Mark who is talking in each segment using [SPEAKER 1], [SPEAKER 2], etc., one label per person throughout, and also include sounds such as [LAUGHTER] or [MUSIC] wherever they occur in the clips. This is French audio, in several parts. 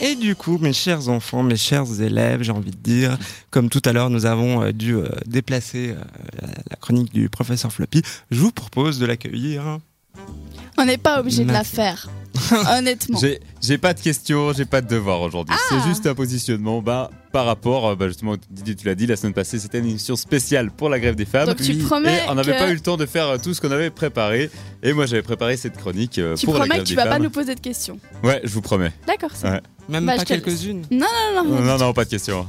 [SPEAKER 1] Et du coup, mes chers enfants, mes chers élèves, j'ai envie de dire, comme tout à l'heure, nous avons euh, dû euh, déplacer euh, la- la chronique du professeur Floppy, je vous propose de l'accueillir.
[SPEAKER 2] On n'est pas obligé de la
[SPEAKER 1] Merci.
[SPEAKER 2] faire. [LAUGHS] Honnêtement.
[SPEAKER 3] J'ai j'ai pas de questions, j'ai pas de devoir
[SPEAKER 2] Ah.
[SPEAKER 3] aujourd'hui. C'est juste un positionnement bah, par rapport, euh, bah, justement, Didier, tu l'as dit, la semaine passée, c'était une émission spéciale pour la grève des femmes.
[SPEAKER 2] Donc tu
[SPEAKER 3] Oui.
[SPEAKER 2] promets
[SPEAKER 3] Et on n'avait
[SPEAKER 2] que-
[SPEAKER 3] pas eu le temps de faire euh, tout ce qu'on avait préparé. Et moi, j'avais préparé cette chronique euh,
[SPEAKER 2] Tu
[SPEAKER 3] pour la
[SPEAKER 2] promets
[SPEAKER 3] grève
[SPEAKER 2] que tu
[SPEAKER 3] des
[SPEAKER 2] vas
[SPEAKER 3] femmes.
[SPEAKER 2] pas nous poser de questions.
[SPEAKER 3] Ouais, je vous promets.
[SPEAKER 2] D'accord, c'est Euh,
[SPEAKER 3] Ouais.
[SPEAKER 1] Même
[SPEAKER 2] Bah,
[SPEAKER 1] pas
[SPEAKER 2] je te laisse.
[SPEAKER 1] quelques-unes.
[SPEAKER 2] bon. Non, non,
[SPEAKER 3] Non, non, pas de questions.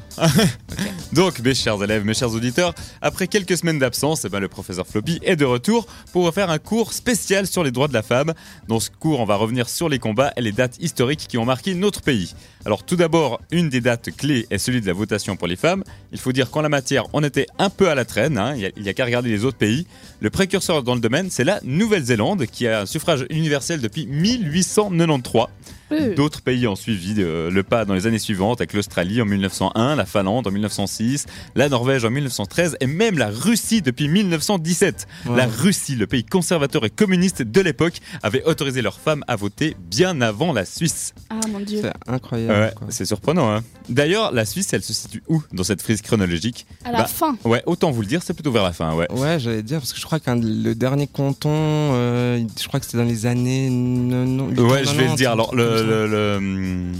[SPEAKER 3] Donc, mes chers élèves, mes chers auditeurs, après quelques semaines d'absence, eh ben, le professeur Floppy est de retour pour vous faire un cours spécial sur les droits de la femme. Dans ce cours, on va revenir sur les combats et les dates historiques qui ont marqué notre pays. Alors, tout d'abord, une des dates clés est celle de la votation pour les femmes. Il faut dire qu'en la matière, on était un peu à la traîne. hein, Il n'y a, il y a qu'à regarder les autres pays. Le précurseur dans le domaine, c'est la Nouvelle-Zélande, qui a un suffrage universel depuis 1893.
[SPEAKER 2] Euh,
[SPEAKER 3] D'autres pays ont suivi euh, le pas dans les années suivantes, avec l'Australie en 1901, la Finlande en 1906, la Norvège en 1913 et même la Russie depuis 1917. La
[SPEAKER 1] Ouais.
[SPEAKER 3] Russie, le pays conservateur et communiste de l'époque, avait autorisé leurs femmes à voter bien avant la Suisse.
[SPEAKER 2] Ah mon dieu.
[SPEAKER 1] C'est
[SPEAKER 3] Ouais,
[SPEAKER 1] incroyable. quoi.
[SPEAKER 3] c'est surprenant. hein. D'ailleurs, la Suisse, elle se situe où dans cette frise chronologique
[SPEAKER 2] À la
[SPEAKER 3] bah,
[SPEAKER 2] fin.
[SPEAKER 3] Ouais, autant vous le dire, c'est plutôt vers la fin, ouais.
[SPEAKER 1] Ouais, j'allais dire, parce que je crois qu'un le dernier canton, euh, je crois que c'était dans les années. non- non-
[SPEAKER 3] Ouais, je vais
[SPEAKER 1] 90,
[SPEAKER 3] le dire.
[SPEAKER 1] un
[SPEAKER 3] Alors,
[SPEAKER 1] truc
[SPEAKER 3] le,
[SPEAKER 1] comme ça.
[SPEAKER 3] le- le, hum,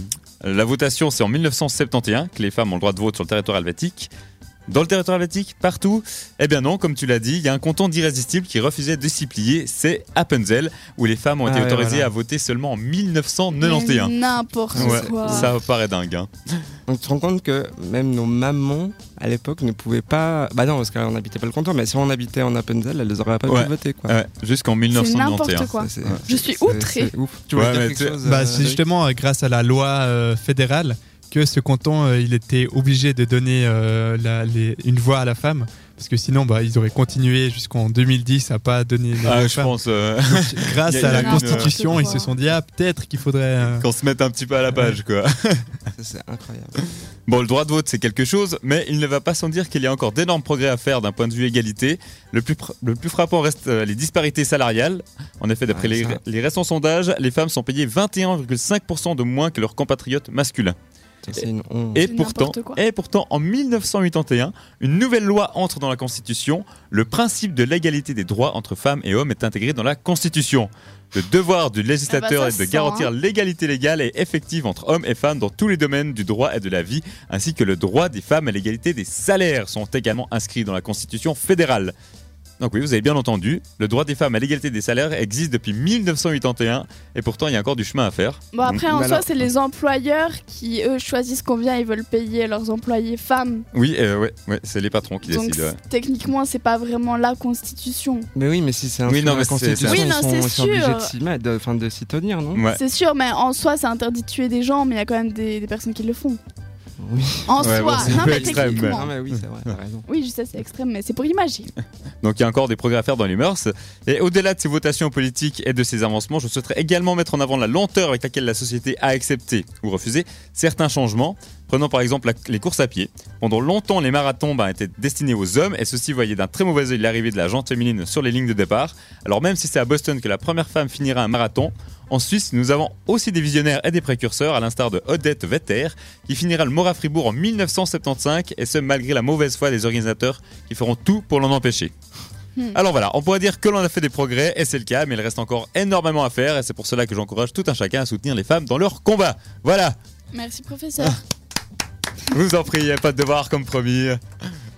[SPEAKER 3] la votation, c'est en 1971 que les femmes ont le droit de vote sur le territoire helvétique. Dans le territoire helvétique, partout Eh bien non, comme tu l'as dit, il y a un canton d'irrésistible qui refusait de s'y plier, c'est Appenzell, où les femmes ont
[SPEAKER 1] Ah
[SPEAKER 3] été
[SPEAKER 1] ouais,
[SPEAKER 3] autorisées
[SPEAKER 1] voilà.
[SPEAKER 3] à voter seulement en 1991.
[SPEAKER 2] Mais N'importe
[SPEAKER 3] hein. Ouais,
[SPEAKER 2] quoi.
[SPEAKER 3] ça paraît dingue. hein.
[SPEAKER 1] On se rend compte que même nos mamans, à l'époque, ne pouvaient pas. Bah non, parce qu'on n'habitait pas le canton, mais si on habitait en Appenzell, elles n'auraient pas
[SPEAKER 3] Ouais.
[SPEAKER 1] pu voter, quoi.
[SPEAKER 3] Ouais, Jusqu'en
[SPEAKER 2] C'est
[SPEAKER 3] 1991.
[SPEAKER 2] n'importe quoi.
[SPEAKER 1] C'est-
[SPEAKER 3] Ouais.
[SPEAKER 1] c'est-
[SPEAKER 2] Je suis
[SPEAKER 1] c'est-
[SPEAKER 2] outré.
[SPEAKER 1] c'est ouf. Tu
[SPEAKER 3] Ouais,
[SPEAKER 1] voulais dire
[SPEAKER 3] mais
[SPEAKER 1] quelque
[SPEAKER 3] tu-
[SPEAKER 1] chose
[SPEAKER 4] Bah,
[SPEAKER 1] euh,
[SPEAKER 4] c'est
[SPEAKER 1] Loïc
[SPEAKER 4] justement euh, grâce à la loi euh, fédérale que ce canton, euh, il était obligé de donner euh, la- les- une voix à la femme, parce que sinon, bah, ils auraient continué jusqu'en 2010 à pas donner. la voix
[SPEAKER 3] Ah, je
[SPEAKER 4] aux femmes.
[SPEAKER 3] pense euh, [LAUGHS] Il
[SPEAKER 4] [LAUGHS] Grâce
[SPEAKER 3] y a-
[SPEAKER 4] à
[SPEAKER 3] il y a
[SPEAKER 4] la
[SPEAKER 3] une,
[SPEAKER 4] Constitution,
[SPEAKER 2] euh,
[SPEAKER 4] ils se sont dit ah peut-être qu'il faudrait. euh,
[SPEAKER 3] qu'on se mette un petit peu à la page, quoi.
[SPEAKER 1] C'est- C'est incroyable.
[SPEAKER 3] Bon, le droit de vote, c'est quelque chose, mais il ne va pas sans dire qu'il y a encore d'énormes progrès à faire d'un point de vue égalité. Le plus, pr- le plus frappant reste euh, les disparités salariales. En effet, d'après
[SPEAKER 1] Ouais,
[SPEAKER 3] les,
[SPEAKER 1] ça.
[SPEAKER 3] les récents sondages, les femmes sont payées 21,5% de moins que leurs compatriotes masculins.
[SPEAKER 1] Ça, C'est une honte.
[SPEAKER 3] Et
[SPEAKER 2] C'est
[SPEAKER 3] pourtant,
[SPEAKER 2] n'importe quoi.
[SPEAKER 3] et pourtant, en 1981, une nouvelle loi entre dans la Constitution. Le principe de l'égalité des droits entre femmes et hommes est intégré dans la Constitution. Le devoir du législateur
[SPEAKER 2] Ah bah ça
[SPEAKER 3] est de
[SPEAKER 2] se sent,
[SPEAKER 3] garantir
[SPEAKER 2] hein.
[SPEAKER 3] l'égalité légale et effective entre hommes et femmes dans tous les domaines du droit et de la vie, ainsi que le droit des femmes à l'égalité des salaires sont également inscrits dans la Constitution fédérale. Donc oui, vous avez bien entendu, le droit des femmes à l'égalité des salaires existe depuis 1981 et pourtant il y a encore du chemin à faire.
[SPEAKER 2] Bon après en
[SPEAKER 1] Bah
[SPEAKER 2] soi
[SPEAKER 1] alors-
[SPEAKER 2] c'est les employeurs qui eux choisissent combien ils veulent payer leurs employés femmes.
[SPEAKER 3] Oui, euh, ouais, ouais, c'est les patrons qui
[SPEAKER 2] Donc
[SPEAKER 3] décident. ouais.
[SPEAKER 2] c'est- techniquement c'est pas vraiment la constitution.
[SPEAKER 1] Mais oui, mais si c'est un
[SPEAKER 3] Oui, non, mais
[SPEAKER 1] la
[SPEAKER 3] c'est- c'est
[SPEAKER 1] constitution,
[SPEAKER 3] un-
[SPEAKER 2] Oui,
[SPEAKER 1] ils
[SPEAKER 2] non,
[SPEAKER 1] sont, euh,
[SPEAKER 2] c'est
[SPEAKER 1] ils sont obligés
[SPEAKER 2] sûr.
[SPEAKER 1] de s'y mettre, de- enfin de s'y tenir, non
[SPEAKER 3] Ouais.
[SPEAKER 2] C'est sûr mais en soi c'est interdit de tuer des gens mais il y a quand même des, des personnes qui le font.
[SPEAKER 1] Oui.
[SPEAKER 2] En soi,
[SPEAKER 3] Ouais, bon, c'est un
[SPEAKER 2] non,
[SPEAKER 3] peu
[SPEAKER 2] mais
[SPEAKER 3] extrême,
[SPEAKER 2] techniquement.
[SPEAKER 1] Ah, Non, mais oui, c'est vrai, t'as raison.
[SPEAKER 2] Oui je sais c'est extrême mais c'est pour imaginer.
[SPEAKER 3] Donc il y a encore des progrès à faire dans les mœurs. Et au-delà de ces votations politiques et de ces avancements, je souhaiterais également mettre en avant la lenteur avec laquelle la société a accepté ou refusé certains changements. Prenons par exemple la- les courses à pied. Pendant longtemps, les marathons ben, étaient destinés aux hommes et ceux-ci voyaient d'un très mauvais œil l'arrivée de la gente féminine sur les lignes de départ. Alors même si c'est à Boston que la première femme finira un marathon, en Suisse, nous avons aussi des visionnaires et des précurseurs, à l'instar de Odette Vetter, qui finira le Mora Fribourg en 1975, et ce malgré la mauvaise foi des organisateurs qui feront tout pour l'en empêcher.
[SPEAKER 2] Hmm.
[SPEAKER 3] Alors voilà, on pourrait dire que l'on a fait des progrès, et c'est le cas, mais il reste encore énormément à faire, et c'est pour cela que j'encourage tout un chacun à soutenir les femmes dans leur combat. Voilà,
[SPEAKER 2] Merci professeur.
[SPEAKER 3] Ah. je vous en prie, y a pas de devoir comme promis.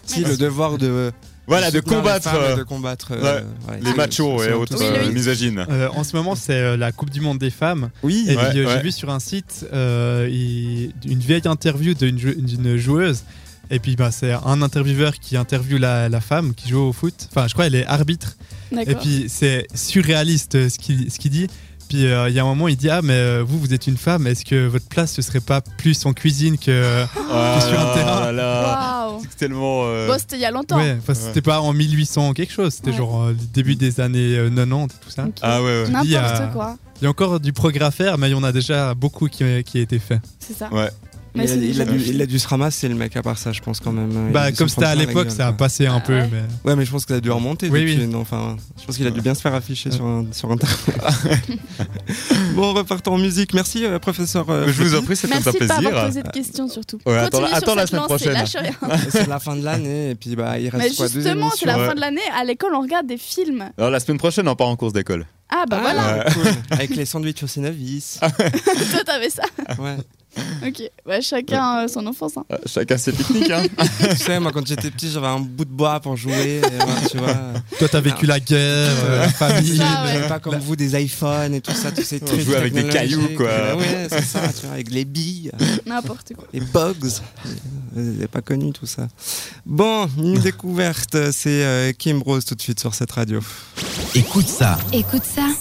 [SPEAKER 1] Si le devoir de
[SPEAKER 3] Voilà, de
[SPEAKER 1] soutenir les
[SPEAKER 3] combattre
[SPEAKER 1] femmes et
[SPEAKER 3] euh,
[SPEAKER 1] de combattre euh,
[SPEAKER 3] ouais,
[SPEAKER 1] voilà,
[SPEAKER 3] les
[SPEAKER 1] c'est-
[SPEAKER 3] machos
[SPEAKER 1] c'est-
[SPEAKER 3] et
[SPEAKER 1] c'est-
[SPEAKER 3] autres
[SPEAKER 2] Oui,
[SPEAKER 3] euh,
[SPEAKER 2] oui.
[SPEAKER 3] misogynes.
[SPEAKER 4] euh, en ce moment, c'est euh, la Coupe du Monde des femmes.
[SPEAKER 1] Oui,
[SPEAKER 4] Et
[SPEAKER 3] Ouais,
[SPEAKER 4] puis, euh,
[SPEAKER 3] ouais.
[SPEAKER 4] j'ai vu sur un site euh, il- une vieille interview d'une jou- d'une joueuse. Et puis, bah, c'est un intervieweur qui interviewe la, la femme qui joue au foot. Enfin, je crois elle est arbitre. Et
[SPEAKER 2] D'accord.
[SPEAKER 4] puis, c'est surréaliste euh, ce qu'il ce qu'il dit. Puis, euh, il y a un moment, il dit Ah, mais euh, vous, vous êtes une femme, est-ce que votre place, ce serait pas plus en cuisine
[SPEAKER 2] [LAUGHS]
[SPEAKER 4] que.
[SPEAKER 3] Ah
[SPEAKER 4] sur un
[SPEAKER 3] là
[SPEAKER 4] terrain.
[SPEAKER 3] là,
[SPEAKER 2] Waouh.
[SPEAKER 3] c'est tellement. euh,
[SPEAKER 2] Oh. Bon c'était il y a longtemps.
[SPEAKER 4] Ouais, enfin, c'était pas en 1800 quelque chose, c'était
[SPEAKER 2] Ouais. Mm.
[SPEAKER 4] genre euh, le début des années euh, 90 et tout ça.
[SPEAKER 2] Ok.
[SPEAKER 3] Ah ouais, ouais.
[SPEAKER 4] Il y a-
[SPEAKER 2] N'importe quoi.
[SPEAKER 4] Il y a encore du progrès à faire, mais il y en a déjà beaucoup euh, qui, qui a été fait.
[SPEAKER 2] C'est ça.
[SPEAKER 3] Ouais.
[SPEAKER 2] Mais
[SPEAKER 1] il, a,
[SPEAKER 2] c'est
[SPEAKER 1] il a
[SPEAKER 2] déjà
[SPEAKER 1] dû,
[SPEAKER 2] fait.
[SPEAKER 1] il a dû se ramasser le mec à part ça, je pense quand même. Il a
[SPEAKER 4] Bah,
[SPEAKER 1] dû se
[SPEAKER 4] comme
[SPEAKER 1] prendre
[SPEAKER 4] c'était à
[SPEAKER 1] la
[SPEAKER 4] l'époque,
[SPEAKER 1] gueule,
[SPEAKER 4] ça a
[SPEAKER 1] quoi.
[SPEAKER 4] passé un peu.
[SPEAKER 2] Ah ouais.
[SPEAKER 4] mais-
[SPEAKER 1] Ouais, mais je pense que ça a dû remonter.
[SPEAKER 4] Oui,
[SPEAKER 1] depuis,
[SPEAKER 4] oui.
[SPEAKER 1] non, enfin, je pense qu'il a dû bien se faire afficher sur, un- sur Internet. [LAUGHS] bon, repartons en musique. Merci, euh, professeur. euh,
[SPEAKER 3] Mais Je vous en prie, c'est un
[SPEAKER 2] Merci de pas avoir
[SPEAKER 3] plaisir.
[SPEAKER 2] posé de questions surtout.
[SPEAKER 3] Ouais, attends-
[SPEAKER 2] Continuez sur
[SPEAKER 3] attends la
[SPEAKER 2] cette
[SPEAKER 3] semaine
[SPEAKER 2] lancée,
[SPEAKER 3] prochaine.
[SPEAKER 2] lâche rien.
[SPEAKER 1] c'est la fin de l'année et puis bah il reste
[SPEAKER 2] Mais
[SPEAKER 1] quoi deux
[SPEAKER 2] justement, c'est la
[SPEAKER 1] émissions
[SPEAKER 2] fin de l'année. À l'école, on regarde des films.
[SPEAKER 3] Alors la semaine prochaine, on part en course d'école.
[SPEAKER 2] Ah bah
[SPEAKER 1] Ah,
[SPEAKER 2] voilà,
[SPEAKER 1] cool. Avec les sandwichs au Cénavis.
[SPEAKER 2] toi t'avais ça.
[SPEAKER 1] Ouais.
[SPEAKER 2] Ok, bah, chacun euh, son enfance. hein.
[SPEAKER 3] Euh, Chacun ses pique-niques. hein.
[SPEAKER 1] Tu sais, moi quand j'étais petit, j'avais un bout de bois pour jouer. et ouais, tu
[SPEAKER 3] [LAUGHS]
[SPEAKER 1] vois.
[SPEAKER 4] Toi, t'as vécu la guerre,
[SPEAKER 2] [LAUGHS]
[SPEAKER 4] euh, la famille.
[SPEAKER 2] Ça, ouais.
[SPEAKER 1] J'avais pas comme vous des iPhones et tout ça, tous ces trucs.
[SPEAKER 3] jouait avec des
[SPEAKER 1] technologiques.
[SPEAKER 3] cailloux, quoi.
[SPEAKER 1] Ouais, c'est ça, tu vois, avec les billes.
[SPEAKER 2] N'importe quoi.
[SPEAKER 1] Les bugs. Vous n'avez pas connu tout ça. Bon, une découverte, c'est euh, Kim Rose tout de suite sur cette radio.
[SPEAKER 5] Écoute ça.
[SPEAKER 6] Écoute ça.